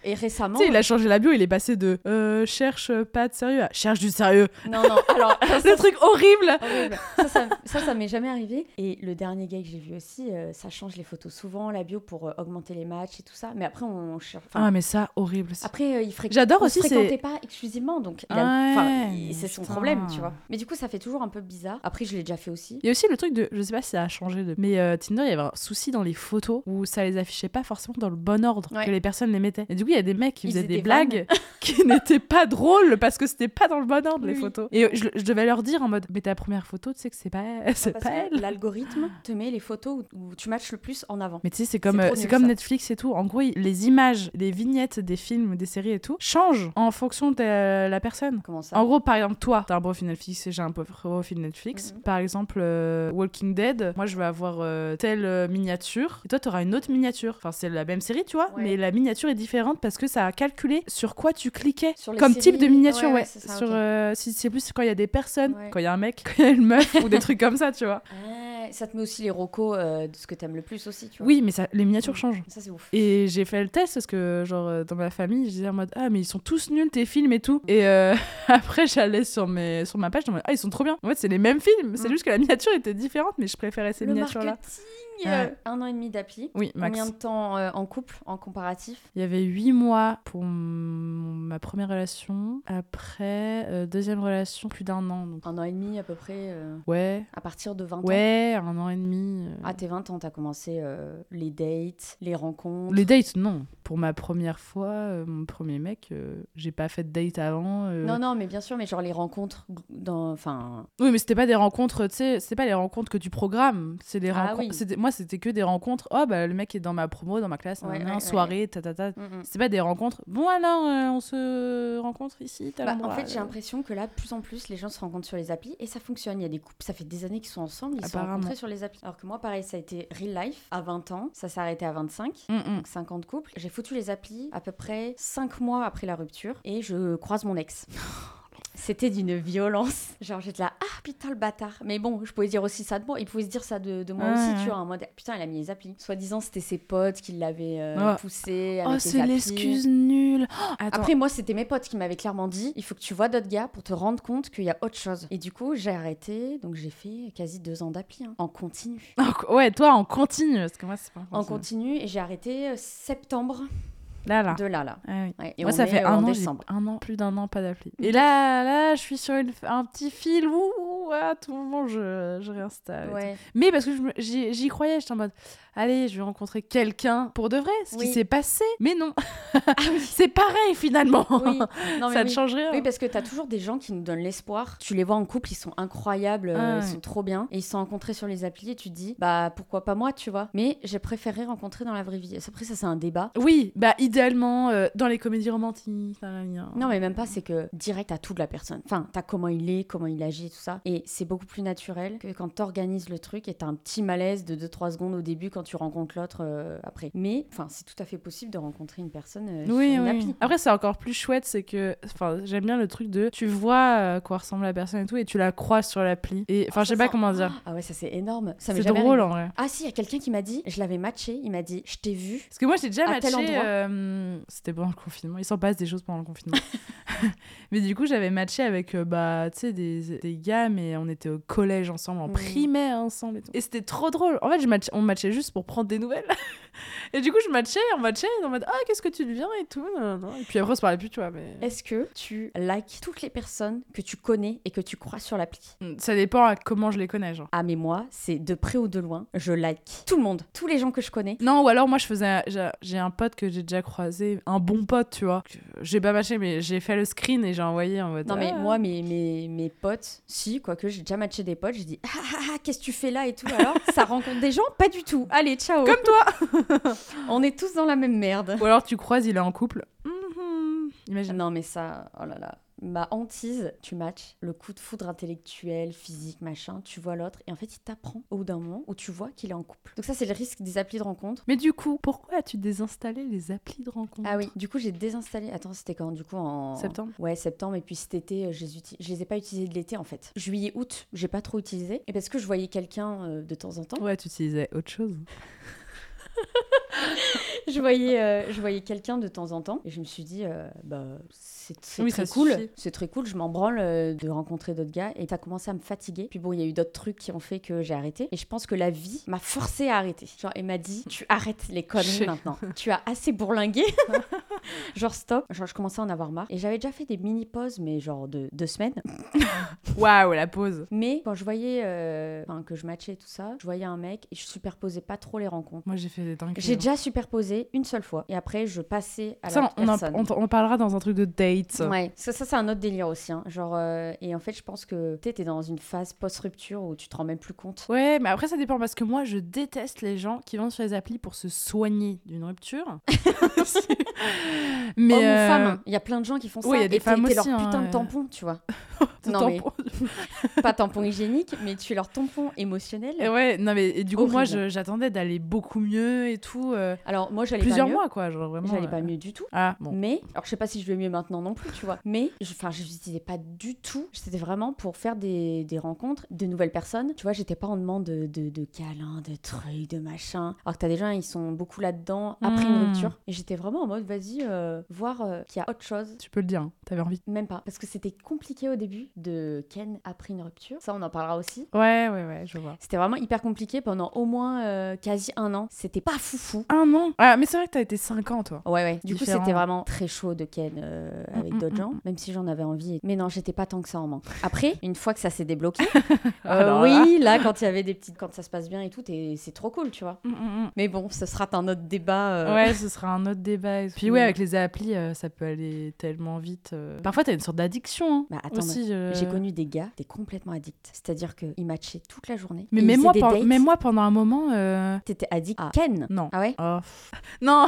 et récemment. il a changé la bio, il est passé de euh, cherche pas de sérieux à cherche du sérieux. Non, non, alors. ça, Le truc horrible. horrible. Ça, ça, ça, ça m'est jamais arrivé. Et le dernier gars que j'ai vu aussi, euh, ça change les photos souvent, la bio pour euh, augmenter les matchs et tout ça. Mais après, on cherche. enfin, Ah mais ça horrible. aussi. Après, euh, il fréquente. J'adore on aussi, se c'est- fréquentait pas exclusivement, donc il a- enfin, Ouais, il- c'est son putain. problème, tu vois. Mais du coup, ça fait toujours un peu bizarre. Après, je l'ai déjà fait aussi. Il y a aussi le truc de, je sais pas si ça a changé, de... mais euh, Tinder, il y avait un souci dans les photos où ça les affichait pas forcément dans le bon ordre Ouais. que les personnes les mettaient. Et du coup, il y a des mecs qui Ils faisaient des, étaient blagues qui n'étaient pas drôles parce que c'était pas dans le bon ordre les Oui. photos. Et euh, je, je devais leur dire en mode, mais ta première photo, tu sais que c'est pas, c'est Parce pas que elle. l'algorithme te met les photos où, où tu matches le plus en avant. Mais tu sais, c'est comme, C'est euh, trop c'est nul, comme ça. Netflix et tout. En gros, il- les images, les vignettes des films, des séries et tout changent en fonction de euh, la personne. Comment ça En gros, par exemple, toi, t'as un profil Netflix et j'ai un profil Netflix. Mhm. Par exemple, euh, Walking Dead, moi je vais avoir euh, telle euh, miniature et toi t'auras une autre miniature. Enfin, c'est la même série, tu vois, Ouais. mais la miniature est différente parce que ça a calculé sur quoi tu cliquais Sur les comme type de séries, miniature, ouais. ouais, ouais, c'est ça, sur, ok. euh, si c'est plus quand il y a des personnes, Ouais. quand il y a un mec, quand il y a une meuf ou des trucs comme ça, tu vois. Ah, Ça te met aussi les rocos euh, de ce que t'aimes le plus aussi, tu vois. Oui, mais ça, les miniatures Mm. changent. Ça, c'est ouf. Et j'ai fait le test parce que, genre, euh, dans ma famille, je disais en mode Ah, mais ils sont tous nuls tes films et tout. Et euh, après, j'allais sur, mes... sur ma page, j'étais en mode Ah, ils sont trop bien. En fait, c'est les mêmes films, c'est Mm. juste que la miniature était différente, mais je préférais ces le miniatures-là. marketing euh, Ouais. Un an et demi d'appli. Oui, Max. Combien de temps euh, en couple, en comparatif Il y avait 8 mois pour mon- ma première relation. Après, euh, deuxième relation, plus d'un an. Donc, Un an et demi à peu près, euh, ouais, à partir de 20 ans. ouais, un an et demi. euh. À tes 20 ans, t'as commencé euh, les dates, les rencontres. Les dates, non. Pour ma première fois, euh, mon premier mec, euh, j'ai pas fait de date avant. euh, Non, non, mais bien sûr, mais genre les rencontres g- dans. Enfin. Oui, mais c'était pas des rencontres, tu sais, c'était pas les rencontres que tu programmes. C'est des Ah rencontres. oui. c'était- Moi, c'était que des rencontres. Oh, bah, le mec est dans ma promo, dans ma classe, Ouais, nanana, ouais, ouais. soirée, ta ta ta. mm, mm. C'était pas des rencontres. Bon, alors, euh, on se rencontre ici, t'as euh. Bah, en l'endroit, fait, j'ai là. l'impression que là, de plus en plus, les gens se rencontrent sur les applis et ça fonctionne. Il y a des couples, ça fait des années qu'ils sont ensemble, ils se sont Apparemment. rencontrés sur les applis. Alors que moi, pareil, ça a été real life à 20 ans, ça s'est arrêté à 25. Mm, mm. Donc 50 couples. J'ai foutu les applis à peu près 5 mois après la rupture et je croise mon ex. C'était d'une violence. Genre, j'étais là, ah putain, le bâtard. Mais bon, je pouvais dire aussi ça de moi. Il pouvait se dire ça de, de moi Ouais, aussi, ouais. tu vois. En mode, putain, il a mis les applis. Soi-disant, c'était ses potes qui l'avaient euh, Ah. poussé. Oh, avec les c'est applis. l'excuse nulle. Oh, attends. Après, moi, c'était mes potes qui m'avaient clairement dit il faut que tu vois d'autres gars pour te rendre compte qu'il y a autre chose. Et du coup, j'ai arrêté, donc j'ai fait quasi deux ans d'appli hein, en continu. ouais, toi, on continue. Parce que moi, c'est pas En en continu. continu, et j'ai arrêté euh, septembre Là, là. de là, là. Ah oui. Ouais, et moi, on ça est, fait euh, un en an, j'ai décembre. un an, plus d'un an, pas d'appli. Et là, là, je suis sur une- un petit fil. Ouh, ouh, à tout moment, je, je réinstalle. et Ouais. Mais parce que je me- j'y j'y croyais, j'étais en mode, allez, je vais rencontrer quelqu'un pour de vrai, ce qui Oui. Ah s'est passé. Mais non, c'est pareil finalement. Oui. Non, mais ça ne oui. change rien. Oui, parce que t'as toujours des gens qui nous donnent l'espoir. Tu les vois en couple, ils sont incroyables, euh, Ah ils ouais. sont trop bien. Et ils se sont rencontrés sur les applis et tu te dis, bah pourquoi pas moi, tu vois. Mais j'ai préféré rencontrer dans la vraie vie. Après, ça, c'est un débat. Oui, bah idéalement euh, dans les comédies romantiques. nan, nan, nan. Non, mais même pas, c'est que direct à tout de la personne. Enfin, t'as comment il est, comment il agit, tout ça. Et c'est beaucoup plus naturel que quand t'organises le truc et t'as un petit malaise de 2-3 secondes au début quand tu rencontres l'autre euh, après. Mais, enfin, c'est tout à fait possible de rencontrer une personne euh, sur Oui, une oui. appli. Après, c'est encore plus chouette, c'est que, enfin, j'aime bien le truc de, tu vois euh, quoi ressemble la personne et tout, et tu la croises sur l'appli. Et enfin, Ah, je ça, sais pas ça- comment dire. Ah ouais, ça c'est énorme. Ça m'est C'est jamais drôle arrivé. en vrai. Ah si, il y a quelqu'un qui m'a dit, je l'avais matché, il m'a dit, je t'ai vu. Parce que moi, j'ai déjà À tel matché. endroit. euh, C'était pendant le confinement. Il s'en passe des choses pendant le confinement. mais du coup, j'avais matché avec euh, bah, tu sais, des, des gars, mais on était au collège ensemble, en Mm. primaire ensemble et tout. Et c'était trop drôle. En fait, je match- on matchait juste pour prendre des nouvelles. et du coup, je matchais, on matchait, et on mode Ah, qu'est-ce que tu deviens et tout. nan, nan, nan. Et puis après, on se parlait plus, tu vois. Mais... Est-ce que tu likes toutes les personnes que tu connais et que tu crois sur l'appli Ça dépend à comment je les connais, genre. Ah mais moi, c'est de près ou de loin, je like tout le monde, tous les gens que je connais. Non, ou alors moi je faisais. j'a- J'ai un pote que j'ai déjà croisé, un bon pote, tu vois. que J'ai pas matché, mais j'ai fait le screen et j'ai envoyé en mode. Non mais ah. moi, mes, mes, mes potes, si, quoique j'ai déjà matché des potes, j'ai dit ah, ah, ah, qu'est-ce que tu fais là et tout alors Ça rencontre des gens Pas du tout. Allez, ciao. Comme toi On est tous dans la même merde. Ou alors tu croises, il est en couple. Mhm. Imagine. Non mais ça, oh là là. Ma hantise, tu matches le coup de foudre intellectuel, physique, machin, tu vois l'autre et en fait il t'apprend au bout d'un moment où tu vois qu'il est en couple. Donc ça c'est le risque des applis de rencontre. Mais du coup, pourquoi as-tu désinstallé les applis de rencontre Ah oui, du coup j'ai désinstallé. Attends, c'était quand du coup en Septembre Ouais, Ah, septembre et puis cet été, euh, je les, uti- je les ai pas utilisés de l'été en fait. Juillet, août, j'ai pas trop utilisé. Et parce que je voyais quelqu'un euh, de temps en temps. Ouais, tu utilisais autre chose. Je voyais, euh, je voyais quelqu'un de temps en temps et je me suis dit, euh, bah, c'est c'est Oui, très ça cool. suffit. C'est très cool, je m'en branle euh, de rencontrer d'autres gars et ça commencé à me fatiguer. Puis bon, il y a eu d'autres trucs qui ont fait que j'ai arrêté. Et je pense que la vie m'a forcé à arrêter. Genre, elle m'a dit, tu arrêtes les conneries Chez- maintenant. tu as assez bourlingué. genre, stop. Genre, je commençais à en avoir marre. Et j'avais déjà fait des mini-pauses, mais genre de deux semaines. Waouh, la pause. Mais quand je voyais euh, enfin, que je matchais et tout ça, je voyais un mec et je superposais pas trop les rencontres. Moi j'ai fait des dingueries. J'ai déjà superposé une seule fois et après je passais à la Ça, autre on, en- personne. on, t- on parlera dans un truc de date. Ouais, ça, ça, c'est un autre délire aussi. hein. Genre, euh, et en fait, je pense que tu sais, t'es dans une phase post-rupture où tu te rends même plus compte. Ouais, mais après ça dépend parce que moi je déteste les gens qui vont sur les applis pour se soigner d'une rupture. mais Hommes euh, ou femmes, il y a plein de gens qui font ça. ouais, il y a des et t'es- femmes t'es leur aussi, hein, putain de euh. tampon, tu vois. tout Non, en mais- pour- Pas tampon hygiénique, mais tu es leur tampon émotionnel. Et ouais, non mais et du coup moi Horrible. je- j'attendais d'aller beaucoup mieux et tout euh, Alors, moi, j'allais pas plusieurs mieux. mois quoi, genre vraiment. J'allais euh, pas mieux du tout. Ah bon. Mais, alors je sais pas si je vais mieux maintenant non plus, tu vois. Mais, je- enfin, je n'utilisais pas du tout. C'était vraiment pour faire des, des rencontres, de nouvelles personnes. Tu vois, j'étais pas en demande de, de, de câlins, de trucs, de machin. Alors que t'as des gens, ils sont beaucoup là-dedans après une Mm. rupture. Et j'étais vraiment en mode, vas-y, euh, voir euh, qu'il y a autre chose. Tu peux le dire, hein, t'avais envie. Même pas. Parce que c'était compliqué au début de Ken après une rupture. Ça, on en parlera aussi. Ouais, ouais, ouais, je vois. C'était vraiment hyper compliqué pendant au moins euh, quasi un an. C'était pas foufou. Un an Ah, mais c'est vrai que t'as été 5 ans, toi. Ouais, ouais. Du coup, Différent. c'était vraiment très chaud de Ken euh, Mm, avec mm, d'autres mm, gens, mm. même si j'en avais envie. Mais non, j'étais pas tant que ça en manque. Après, une fois que ça s'est débloqué, euh, Alors là. oui, là, quand il y avait des petites, quand ça se passe bien et tout, et c'est trop cool, tu vois. Mais bon, ce sera un autre débat. euh. Mm, Ouais, ce sera un autre débat. et tout. Puis Mm. ouais, avec les applis, euh, ça peut aller tellement vite. euh. Parfois, t'as une sorte d'addiction. hein, Bah, attends, aussi, euh. J'ai connu des gars, des complètement addicts. C'est-à-dire qu'ils matchaient toute la journée. Mais et ils même moi, faisaient des pen- dates. même moi, pendant un moment. euh, T'étais addict à Ken. Non. Ah ouais Oh, pff. Non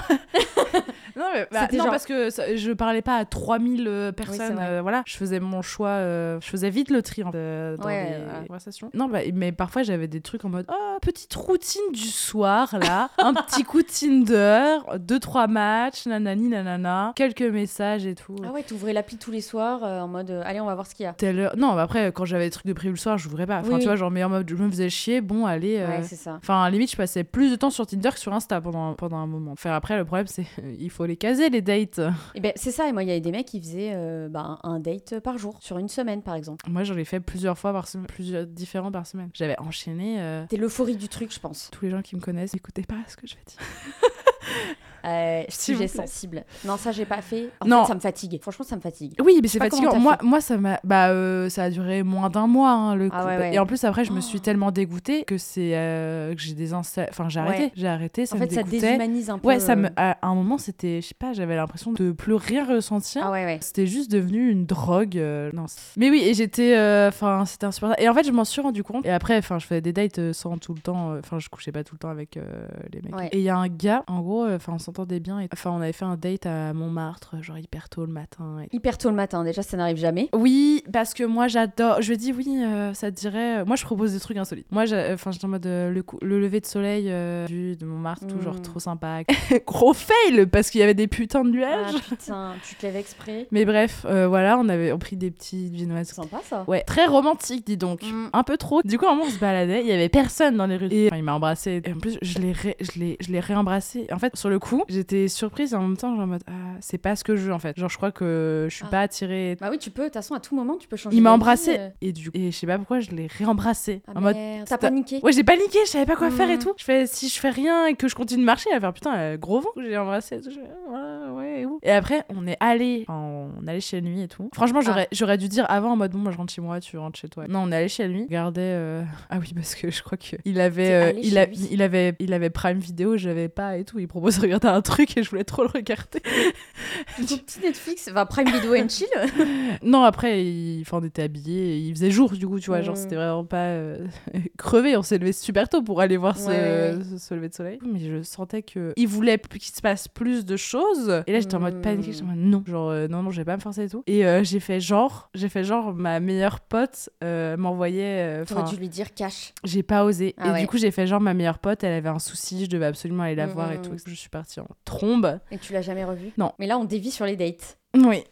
Non, mais, bah, C'était non, genre- parce que ça- je parlais pas à 3000 euh, personnes. vrai. euh, voilà, je faisais mon choix. euh, je faisais vite le tri hein, de- dans Ouais, les voilà. conversations. Non, bah, mais parfois j'avais des trucs en mode oh, petite routine du soir, là. un petit coup de Tinder, deux, trois matchs, nanani, nanana. Quelques messages et tout. Ah ouais, t'ouvrais l'appli tous les soirs euh, en mode euh, allez, on va voir ce qu'il y a. Telle heure- Non, bah, après, quand j'avais des trucs de prévu le soir, j'ouvrais pas. Enfin, Oui, tu oui. vois, genre, mais en mode, je me faisais chier, bon, allez. euh, Ouais, c'est ça. Enfin, à la limite, je passais plus de temps sur Tinder que sur Insta pendant, pendant un moment. Enfin, après, le problème, c'est euh, il faut les caser, les dates. Et ben, c'est ça. Et moi, il y avait des mecs qui faisaient euh, bah, un date par jour, sur une semaine, par exemple. Moi, j'en ai fait plusieurs fois par semaine, plusieurs différents par semaine. J'avais enchaîné. euh, C'était l'euphorie du truc, je pense. Tous les gens qui me connaissent, n'écoutez pas ce que je vais dire. Euh, S'il sujet vous plaît. sensible. Non, ça, j'ai pas fait. En Non. fait, ça me fatigue. Franchement, ça me fatigue. Oui, mais c'est pas fatigant. comment t'as Moi, moi, ça m'a, bah, euh, ça a duré moins d'un mois hein, le coup. Ah ouais, ouais. Et en plus, après, je me Oh. suis tellement dégoûtée que c'est euh, que j'ai des insta- Enfin, j'ai Ouais. arrêté. J'ai arrêté. Ça en me fait, ça dégoûtait. déshumanise un peu. ouais, ça euh, me. À un moment, c'était, je sais pas, j'avais l'impression de plus rien ressentir. Ah ouais, ouais. C'était juste devenu une drogue. euh, non. c'est- Mais oui, et j'étais. euh, Enfin, c'était insupportable. Et en fait, je m'en suis rendu compte. Et après, enfin, je faisais des dates euh, sans tout le temps. euh, Enfin, je couchais pas tout le temps avec euh, les mecs. Ouais. Et il y a un gars, en gros, euh, enfin, on s'entendait bien. et- Enfin, on avait fait un date à Montmartre, genre hyper tôt le matin. et- Hyper tôt le matin, déjà, ça n'arrive jamais. Oui, parce que moi j'adore. Je lui ai dit oui, euh, ça te dirait. Moi je propose des trucs insolites. Moi, j'a- enfin, j'étais en mode euh, le, cou- le lever de soleil euh, du de Montmartre, tout genre Mm. trop sympa. Gros fail parce qu'il y avait des putains de Ah nuages. putain, tu te lèves exprès. Mais bref, euh, voilà, on avait on pris des petites viennoises. C'est sympa ça. Ouais, très romantique, dis donc. Mm. Un peu trop. Du coup, à un moment, on se baladait, il y avait personne dans les rues. Et enfin, il m'a embrassé. Et en plus, je l'ai, ré- je l'ai, je l'ai réembrassé. En fait, sur le coup, coup, j'étais surprise et en même temps, genre en mode, ah, c'est pas ce que je veux en fait. Genre, je crois que je suis Ah. pas attirée. Bah oui, tu peux, de toute façon, à tout moment, tu peux changer. Il m'a d'avis, embrassée euh. et du et je sais pas pourquoi je l'ai réembrassée Ah en mode merde, t'as t'as- paniqué. Ouais, j'ai paniqué, je savais pas quoi faire et Mm. tout. Je fais, si je fais rien et que je continue de marcher, elle va faire putain, euh, gros vent. J'ai embrassé. je fais, ah, ouais, et où Et après, on est allé, on est allé chez lui et tout. Franchement, j'aurais, Ah. j'aurais dû dire avant en mode bon, moi je rentre chez moi, tu rentres chez toi. Non, on est allé chez lui. Regardez, euh, ah oui, parce que je crois que il avait, T'es euh, allé il, chez a- lui il avait, il avait Prime Vidéo, j'avais pas et tout. Il propose de regarder un truc et je voulais trop le regarder. Ton petit Netflix, va Prime Video and Chill. non, après, il, enfin, on était habillés, et il faisait jour du coup, tu vois, genre Mm. c'était vraiment pas euh, crevé. On s'est levé super tôt pour aller voir ce, Ouais, ouais, ce- ce lever de soleil. Mais je sentais que il voulait p- qu'il se passe plus de choses. Et là, j'étais en mode Mm. panique, j'étais en mode non, genre euh, non, non, je vais pas me forcer et tout. Et euh, j'ai fait genre, j'ai fait genre ma meilleure pote euh, m'envoyait. euh, T'aurais enfin, dû lui dire cash. j'ai pas osé. Ah et ouais. du coup, j'ai fait genre ma meilleure pote, elle avait un souci, je devais absolument aller la Mm, voir mm, et tout. mm. Je suis partie en trombe. Et tu l'as jamais revu Non. Mais là, on dévie sur les dates. Oui.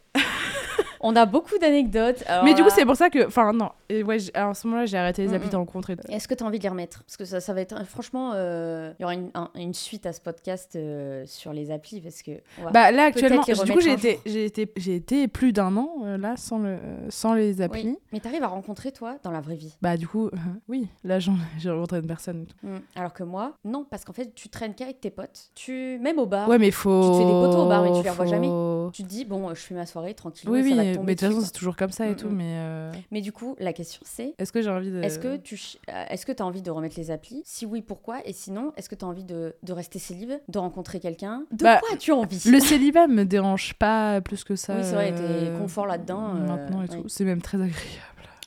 On a beaucoup d'anecdotes. alors Mais du coup, Oh là- c'est pour ça que. Enfin, non. Et ouais, j'ai- à ce moment-là, j'ai arrêté les Mm, habits mm. de rencontre et tout. Est-ce que tu as envie de les remettre Parce que ça, ça va être. Franchement, euh, il y aura une, un- une suite à ce podcast euh, sur les applis parce que. on va- Bah là Peut-être actuellement, les du coup remettre j'ai un été, jour. j'ai été, j'ai été plus d'un an euh, là sans le, euh, sans les Oui. applis. Mais t'arrives à rencontrer toi dans la vraie vie. Bah du coup, euh, oui, là j'en- j'ai rencontré une personne. et tout. Mm. Alors que moi, non, parce qu'en fait, tu traînes qu'avec tes potes. Tu même au bar, ouais mais faut. Ah. tu te fais des poteaux au bar, mais tu les revois faut- jamais. tu te dis bon, euh, je fais ma soirée tranquille, Oui oui, ça va te mais tomber de dessus, toute façon quoi. c'est toujours comme ça et Mm, tout. mm. Mais euh, Mais du coup, la question c'est. est-ce que j'ai envie de. Est-ce que tu ch- euh, est-ce que as envie de remettre les applis Si oui, pourquoi Et sinon, est-ce que tu as envie de, de rester célib, de rencontrer quelqu'un De Bah, quoi as-tu envie Le célibat me dérange pas plus que ça. Oui, c'est vrai, t'es euh, confort là-dedans, euh, Maintenant et oui. tout, c'est même très agréable.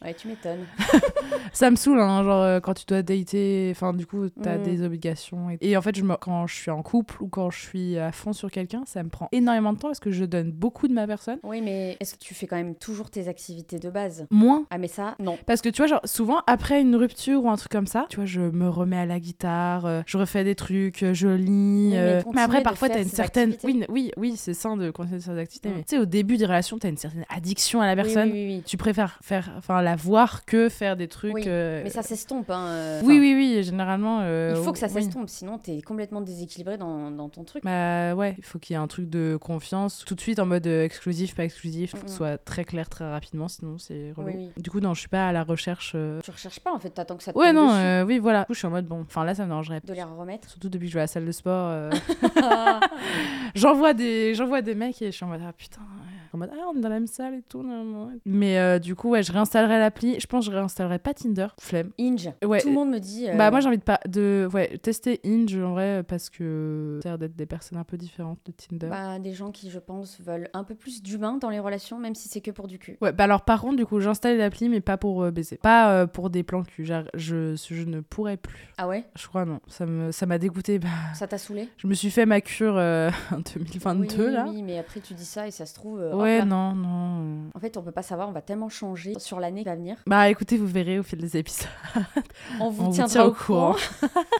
Ouais, tu m'étonnes. Ça me saoule, hein, genre euh, quand tu dois dater, enfin du coup t'as Mm. des obligations. Et, et en fait, je me- quand je suis en couple ou quand je suis à fond sur quelqu'un, ça me prend énormément de temps parce que je donne beaucoup de ma personne. Oui, mais est-ce que tu fais quand même toujours tes activités de base Moins. Ah, mais ça, non. Parce que tu vois, genre, souvent après une rupture ou un truc comme ça, tu vois, je me remets à la guitare, euh, je refais des trucs, euh, je lis. mais euh, continuer Mais après, de parfois, faire t'as une ces certaine. activités. Oui, n- oui, oui, c'est sain de continuer sur des activités. Mm. Mais tu sais, au début des relations, t'as une certaine addiction à la Oui, personne. Oui, oui, oui. Tu préfères faire, enfin, la voir que faire des trucs. Oui, euh, Mais ça s'estompe. Hein. euh, oui, enfin, oui, oui, généralement. euh, Il faut que ça oui. s'estompe, sinon t'es complètement déséquilibré dans, dans ton truc. Bah ouais, il faut qu'il y ait un truc de confiance tout de suite en mode euh, exclusif, pas exclusif, faut que ce Mm, mm. soit très clair très rapidement, sinon c'est relou. Oui, Du coup, non, je suis pas à la recherche. euh, Tu recherches pas en fait, t'attends que ça te Ouais, tombe non, dessus, euh, oui, voilà. Du coup, je suis en mode bon, enfin là, ça me dérangerait. de les remettre. Surtout depuis que je vais à la salle de sport, euh, Ah, j'envoie des, j'envoie des mecs et je suis en mode ah putain, ouais. en mode ah on est dans la même salle et tout. nan, nan, nan. Mais euh, du coup, ouais, je réinstallerai l'appli. Je pense que je réinstallerai pas Tinder, flemme. Inge. Ouais, Tout le monde me dit. euh, Bah moi j'ai envie de pas de ouais tester Inge en vrai parce que ça a l'air d'être des personnes un peu différentes de Tinder. bah, des gens qui, je pense, veulent un peu plus d'humain dans les relations, même si c'est que pour du cul. Ouais, bah alors par contre, du coup, j'installe l'appli, mais pas pour euh, baiser. Pas euh, pour des plans cul. J'ar- Je, je ne pourrais plus. Ah ouais Je crois, non. Ça me- ça m'a dégoûté. Bah, Ça t'a saoulé je me suis fait ma cure euh, en 2022, oui, là. Oui, mais après tu dis ça et ça se trouve. euh, ouais, hop là. non, non. En fait, on peut pas savoir, on va tellement changer sur l'année qui va venir. Bah écoutez, vous verrez au fil des épisodes. On vous On vous tiendra tient au courant.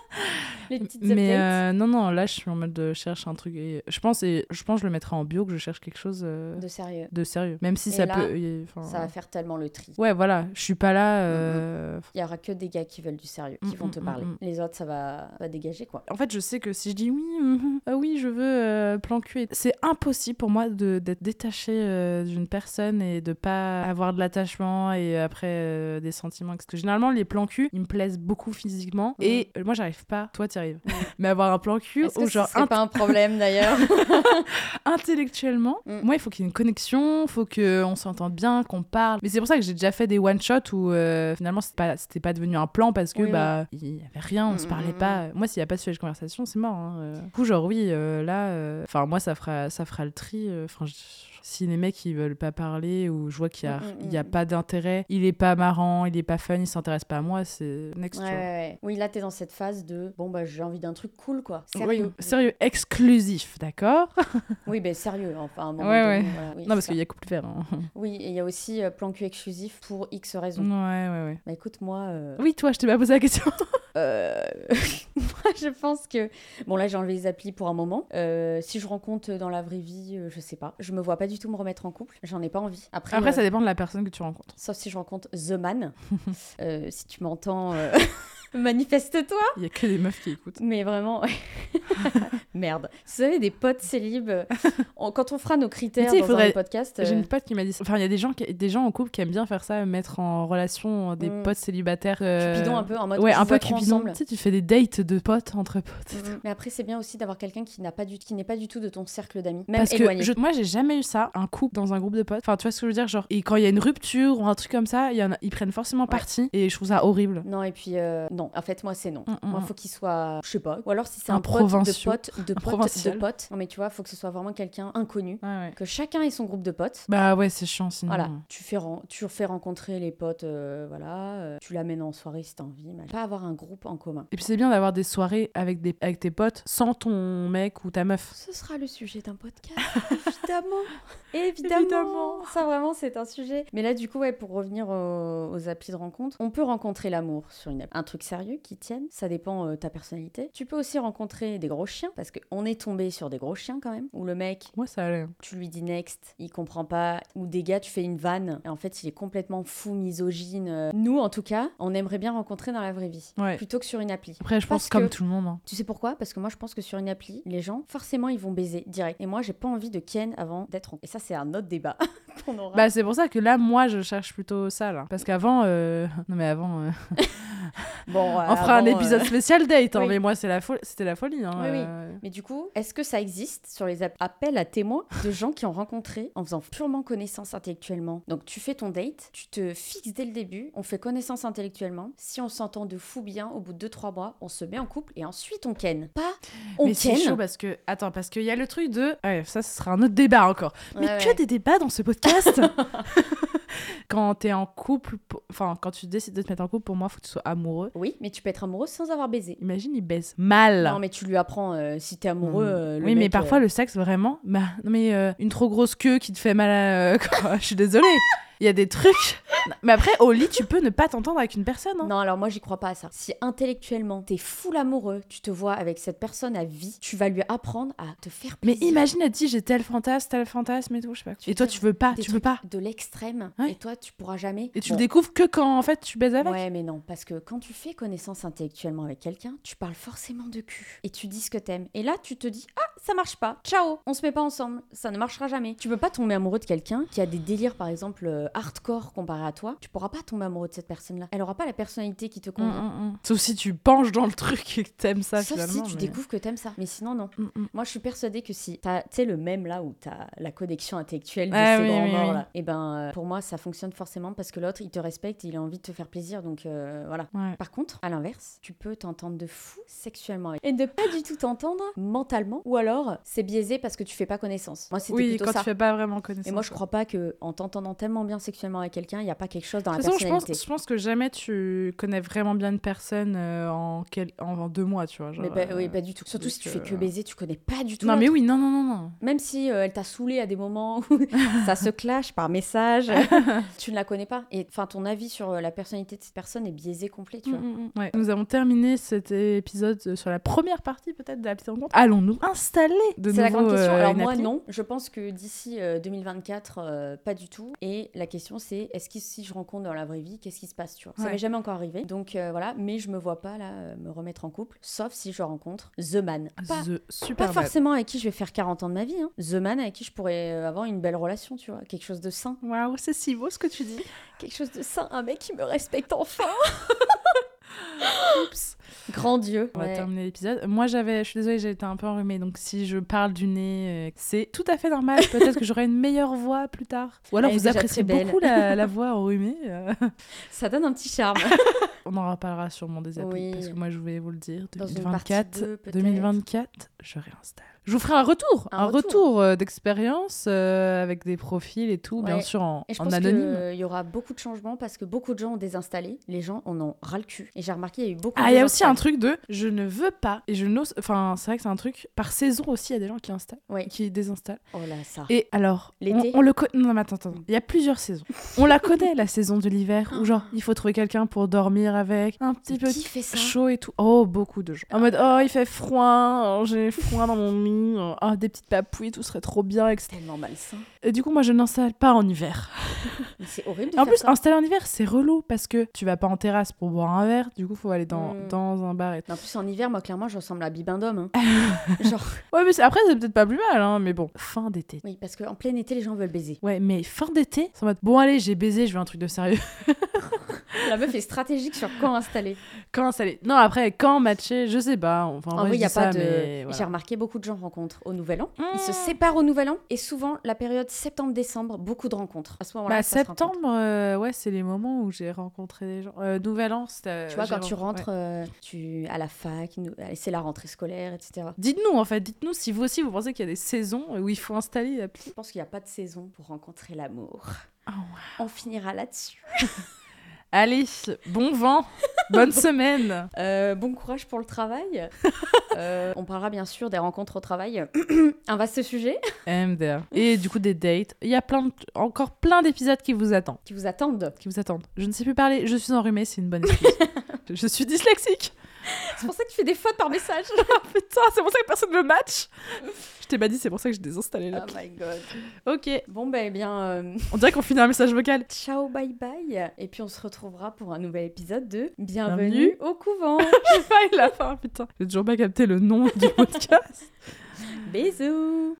les petites Mais updates euh, non, non, là, je suis en mode de cherche un truc. Et je pense, et je pense, que je le mettrai en bio que je cherche quelque chose euh, de sérieux. de sérieux. Même si Et ça là, peut. euh, enfin, Ça va Mm, faire tellement le tri. Ouais, voilà. Je suis pas là. euh, Il y aura que des gars qui veulent du sérieux, qui Mm, vont te mm, parler. mm, mm. Les autres, ça va, ça va dégager quoi. En fait, je sais que si je dis oui, mhm, ah oui, je veux euh, plan cul, et- c'est impossible pour moi de- d'être détachée euh, d'une personne et de pas avoir de l'attachement et après euh, des sentiments. Parce que généralement, les plans cul, ils me plaisent beaucoup physiquement Mhm. et euh, moi, j'arrive pas. Toi, t'y arrives. Mais avoir un plan cul Est-ce ou que genre c'est pas un problème d'ailleurs intellectuellement, Mm. moi, il faut qu'il y ait une connexion, faut que on s'entende bien, qu'on parle. Mais c'est pour ça que j'ai déjà fait des one shot où euh, finalement c'était pas, c'était pas devenu un plan parce que Oui, oui. bah il y avait rien, on se Mm, parlait mm, pas. Moi, s'il y a pas de sujet de conversation, c'est mort. hein, euh. Du coup, genre oui, euh, là, euh, enfin moi ça fera ça fera le tri. euh, Enfin, je- si les mecs ils veulent pas parler ou je vois qu'il y a Mm, mm, il y a mm. pas d'intérêt, il est pas marrant, il est pas fun, il s'intéresse pas à moi, c'est next. Ouais, tu vois. ouais, ouais. Oui, là, t'es dans cette phase de bon, bah, j'ai envie d'un truc cool quoi. Oui, Sérieux. sérieux, exclusif, d'accord Oui, ben sérieux, enfin, à un moment Ouais, donné, ouais. voilà, oui, Non, parce c'est qu'il ça. y a couple vert. hein. Oui, et il y a aussi euh, plan cul exclusif pour X raisons. Ouais, ouais, ouais. Bah écoute, moi, euh, Mm. Oui, toi, je t'ai pas posé la question. euh, moi, je pense que... Bon, là, j'ai enlevé les applis pour un moment. Euh, si je rencontre dans la vraie vie, euh, je sais pas. Je me vois pas du tout me remettre en couple. J'en ai pas envie. Après, Après, euh, ça dépend de la personne que tu rencontres. sauf si je rencontre The Man. Euh, si tu m'entends... euh, Manifeste-toi Il y a que des meufs qui écoutent. Mais vraiment, ouais. merde. Si vous avez des potes célibes, euh, on- quand on fera nos Mais critères tu sais, il dans un faudrait- podcast, J'ai euh, une pote qui m'a dit ça. Enfin, il y a des gens, qui- des gens en couple qui aiment bien faire ça, mettre en relation des Mm. potes célibataires. euh, Cupidon un peu en mode Ouais, on un se peu voit trop Cupidon. ensemble. Tu sais, tu fais des dates de potes entre potes. Mhm. Mais après, c'est bien aussi d'avoir quelqu'un qui n'a pas du, qui n'est pas du tout de ton cercle d'amis, même Parce éloigné. que je- moi, j'ai jamais eu ça, un couple dans un groupe de potes. Enfin, tu vois ce que je veux dire Genre, et quand il y a une rupture ou un truc comme ça, il y en a- ils prennent forcément parti. Et je trouve ça horrible. Non, et puis euh, non, en fait, moi, c'est non. Mm, mm, Moi, mm. faut qu'il soit, je sais pas, ou alors si c'est Un un, pote de provinciaux. pote, de pote, de provincial. pote. Non, mais tu vois, faut que ce soit vraiment quelqu'un inconnu, que chacun ait son groupe de potes. Bah ouais, c'est chiant sinon. Voilà, tu fais, ren- tu fais rencontrer les potes, euh, voilà, euh, tu l'amènes en soirée si t'as envie, mais pas avoir un groupe en commun. Et puis c'est bien d'avoir des soirées avec, des, avec tes potes sans ton mec ou ta meuf. Ce sera le sujet d'un podcast, évidemment. évidemment. Évidemment. Ça, vraiment, c'est un sujet. Mais là, du coup, ouais, pour revenir aux, aux applis de rencontre, on peut rencontrer l'amour sur une app. Un truc sérieux qui tienne, ça dépend euh, ta personnalité. Tu peux aussi rencontrer des gros chiens, parce qu'on est tombé sur des gros chiens quand même, où le mec, Moi, ça allait. tu lui dis next, il comprend pas, ou des gars, tu fais une vanne, et en fait, il est complètement fou, misogyne. Euh, Nous, en tout cas, on aimerait bien rencontrer dans la vraie vie, Ouais. plutôt que sur une appli. Après, je Parce pense comme que- tout le monde. hein. Tu sais pourquoi Parce que moi, je pense que sur une appli, les gens, forcément, ils vont baiser direct. Et moi, j'ai pas envie de Ken avant d'être en... Et ça, c'est un autre débat qu'on aura. Bah, c'est pour ça que là, moi, je cherche plutôt ça, là. Parce qu'avant. euh, Non, mais avant. euh, bon, euh, on fera un avant, euh, épisode spécial date, hein, oui. mais moi, c'est la fo- c'était la folie. Hein, Oui, oui. euh. Mais du coup, est-ce que ça existe sur les app- appels à témoins de gens qui ont rencontré en faisant purement connaissance intellectuellement Donc, tu fais ton date, tu te fixes dès le début, on fait connaissance intellectuellement. Si on s'entend de fou bien, au bout de 2-3 mois, on se met en couple et ensuite on ken. Pas on mais c'est ken. chaud parce que. Attends, parce qu'il y a le truc de. ah Ouais, ça, ce sera un autre débat encore. Mais Ouais, que ouais. des débats dans ce podcast Quand t'es en couple. pour- Enfin, quand tu décides de te mettre en couple, pour moi, faut que tu sois amoureux. Oui, mais tu peux être amoureux sans avoir baisé. Imagine, il baisse mal. Non, mais tu lui apprends euh, si t'es amoureux. Mm. euh, le oui, mais mec, euh, parfois le sexe, vraiment. Bah, non, mais euh, une trop grosse queue qui te fait mal à. euh, quoi, je suis désolée. Il y a des trucs. Non, Mais après, au lit, tu peux ne pas t'entendre avec une personne. hein. Non, alors moi j'y crois pas à ça. Si intellectuellement t'es full amoureux, tu te vois avec cette personne à vie, tu vas lui apprendre à te faire Mais plaisir. imagine, elle te dit j'ai tel fantasme, tel fantasme et tout, je sais pas. Tu et toi, fais tu veux pas, des tu veux pas. trucs de l'extrême Ouais. et toi tu pourras jamais. Et tu Bon. le découvres que quand en fait tu baises avec. Ouais, mais non, parce que quand tu fais connaissance intellectuellement avec quelqu'un, tu parles forcément de cul et tu dis ce que t'aimes. Et là, tu te dis ah ça marche pas, ciao, on se met pas ensemble, ça ne marchera jamais. Tu peux pas tomber amoureux de quelqu'un qui a des délires par exemple euh, hardcore comparé à toi. Tu pourras pas tomber amoureux de cette personne-là. Elle aura pas la personnalité qui te Mm, convient. mm, mm. Sauf si tu penches dans le truc et que t'aimes ça Sauf si finalement. tu mais- découvres que t'aimes ça, mais sinon non. Mm, mm. Moi, je suis persuadée que si t'as, tu sais, le même là où t'as la connexion intellectuelle de Ah ces oui, grands oui, morts oui. là, et ben euh, pour moi, ça fonctionne forcément parce que l'autre, il te respecte, et il a envie de te faire plaisir, donc euh, voilà. Ouais. Par contre, à l'inverse, tu peux t'entendre de fou sexuellement et ne pas du tout t'entendre mentalement, ou alors c'est biaisé parce que tu fais pas connaissance. Moi, c'était Oui, plutôt quand ça. tu fais pas vraiment connaissance. Et moi, je crois pas que en t'entendant tellement bien sexuellement avec quelqu'un, il y a pas quelque chose dans De la toute façon, je pense, personnalité. je pense que jamais tu connais vraiment bien une personne euh, en, quel... en, en deux mois, tu vois. genre, Mais pas- euh, oui, pas du tout. Surtout donc, si tu fais que euh, baiser, tu connais pas du tout. Non, l'autre. mais oui, non, non, non, non. Même si euh, elle t'a saoulé à des moments où ça se clash par message, tu ne la connais pas. Et enfin, ton avis sur euh, la personnalité de cette personne est biaisé complet, tu vois. Mm, mm, mm. Ouais. Nous avons terminé cet épisode euh, sur la première partie peut-être de la petite rencontre. Allons-nous installer de C'est la nouveau, grande question. euh, Alors une moi, appli non. Je pense que d'ici euh, 2024, euh, pas du tout. Et la question, c'est est-ce que si je rencontre dans la vraie vie, qu'est-ce qui se passe, tu vois Ça Ouais. m'est jamais encore arrivé. Donc euh, voilà, mais je me vois pas là euh, me remettre en couple, sauf si je rencontre The Man. Pas, The pas Superbad. forcément avec qui je vais faire 40 ans de ma vie. hein. The Man avec qui je pourrais euh, avoir une belle relation, tu vois. Quelque chose de sain. Waouh, c'est si beau ce que tu dis. Quelque chose de sain. Un mec qui me respecte enfin. Oups. Grand Dieu. On va terminer l'épisode. Moi, j'avais, je suis désolée, j'ai été un peu enrhumée, donc si je parle du nez, euh, c'est tout à fait normal. Peut-être que j'aurai une meilleure voix plus tard. Ou alors Elle est vous déjà appréciez très belle. beaucoup la, la voix enrhumée. euh. Ça donne un petit charme. On en reparlera sûrement des applis, Oui. parce que moi, je vais vous le dire, Dans une 2024, partie deux, peut-être. 2024, je réinstalle. Je vous ferai un retour, Un un, retour. retour, euh, d'expérience euh, avec des profils et tout, bien Ouais. sûr en, Et je en pense anonyme. qu'il y aura beaucoup de changements parce que beaucoup de gens ont désinstallé. Les gens en ont ras le cul. Et j'ai remarqué, il y a eu beaucoup de Ah, il y a aussi désinstalls. un truc de je ne veux pas et je n'ose. Enfin, c'est vrai que c'est un truc par saison aussi. Il y a des gens qui installent, Ouais. qui désinstallent. Oh là, ça. Et alors, L'été on, on le connaît. Non, mais attends, attends. Il y a plusieurs saisons. On la connaît, la saison de l'hiver, où genre, il faut trouver quelqu'un pour dormir sortir avec, un petit peu Ah. Qui fait ça chaud et tout. Oh, beaucoup de gens. En mode, oh, il fait froid, oh, j'ai froid dans mon lit, oh, ah, des petites papouilles, tout serait trop bien, etc. Tellement malsain. Et du coup, moi, je n'installe pas en hiver. Mais C'est horrible de En faire plus, ça. installer en hiver, c'est relou parce que tu vas pas en terrasse pour boire un verre, du coup, faut aller dans, Mm. dans un bar et tout. En plus, en hiver, moi, clairement, je ressemble à Bibin d'homme. hein. Genre, Ouais, mais c'est- après, c'est peut-être pas plus mal, hein, mais bon, fin d'été. oui, parce qu'en plein été, les gens veulent baiser. Ouais, mais fin d'été, c'est en mode, bon, allez, j'ai baisé, je veux un truc de sérieux. La meuf est stratégique sur quand installer. quand ça allait Non, après, quand matcher, je sais pas. Enfin, en en vrai, vrai, il je n'y a dis pas ça, de. mais voilà. J'ai remarqué beaucoup de gens rencontrent au Nouvel An. Ils se Mmh. séparent au Nouvel An et souvent la période septembre-décembre, beaucoup de rencontres. À ce moment-là, Bah, ça se rencontre. septembre, euh, ouais, c'est les moments où j'ai rencontré des gens. Euh, Nouvel An, c'était. euh, Tu vois, j'ai quand tu rencontré- rentres ouais. euh, tu... à la fac, nous- allez, c'est la rentrée scolaire, etc. Dites-nous, en fait, dites-nous si vous aussi vous pensez qu'il y a des saisons où il faut installer l'appli. Je pense qu'il n'y a pas de saison pour rencontrer l'amour. Ah ouais. On finira là-dessus. Allez, bon vent, bonne semaine. Euh, bon courage pour le travail. Euh, on parlera bien sûr des rencontres au travail. Un vaste sujet MDR. Et du coup, des dates. Il y a plein de- encore plein d'épisodes qui vous attendent. qui vous attendent. Qui vous attendent. Je ne sais plus parler, je suis enrhumée, c'est une bonne excuse. je suis dyslexique. C'est pour ça que tu fais des fautes par message. Putain, c'est pour ça que personne ne match. Je t'ai pas dit, c'est pour ça que j'ai désinstallé oh l'appli. my god. Ok, Bon, ben, eh bien. euh, on dirait qu'on finit un message vocal. Ciao, bye bye. Et puis on se retrouvera pour un nouvel épisode de Bienvenue Bienvenue au couvent. J'ai failli la fin, putain. J'ai toujours pas capté le nom du podcast. Bisous.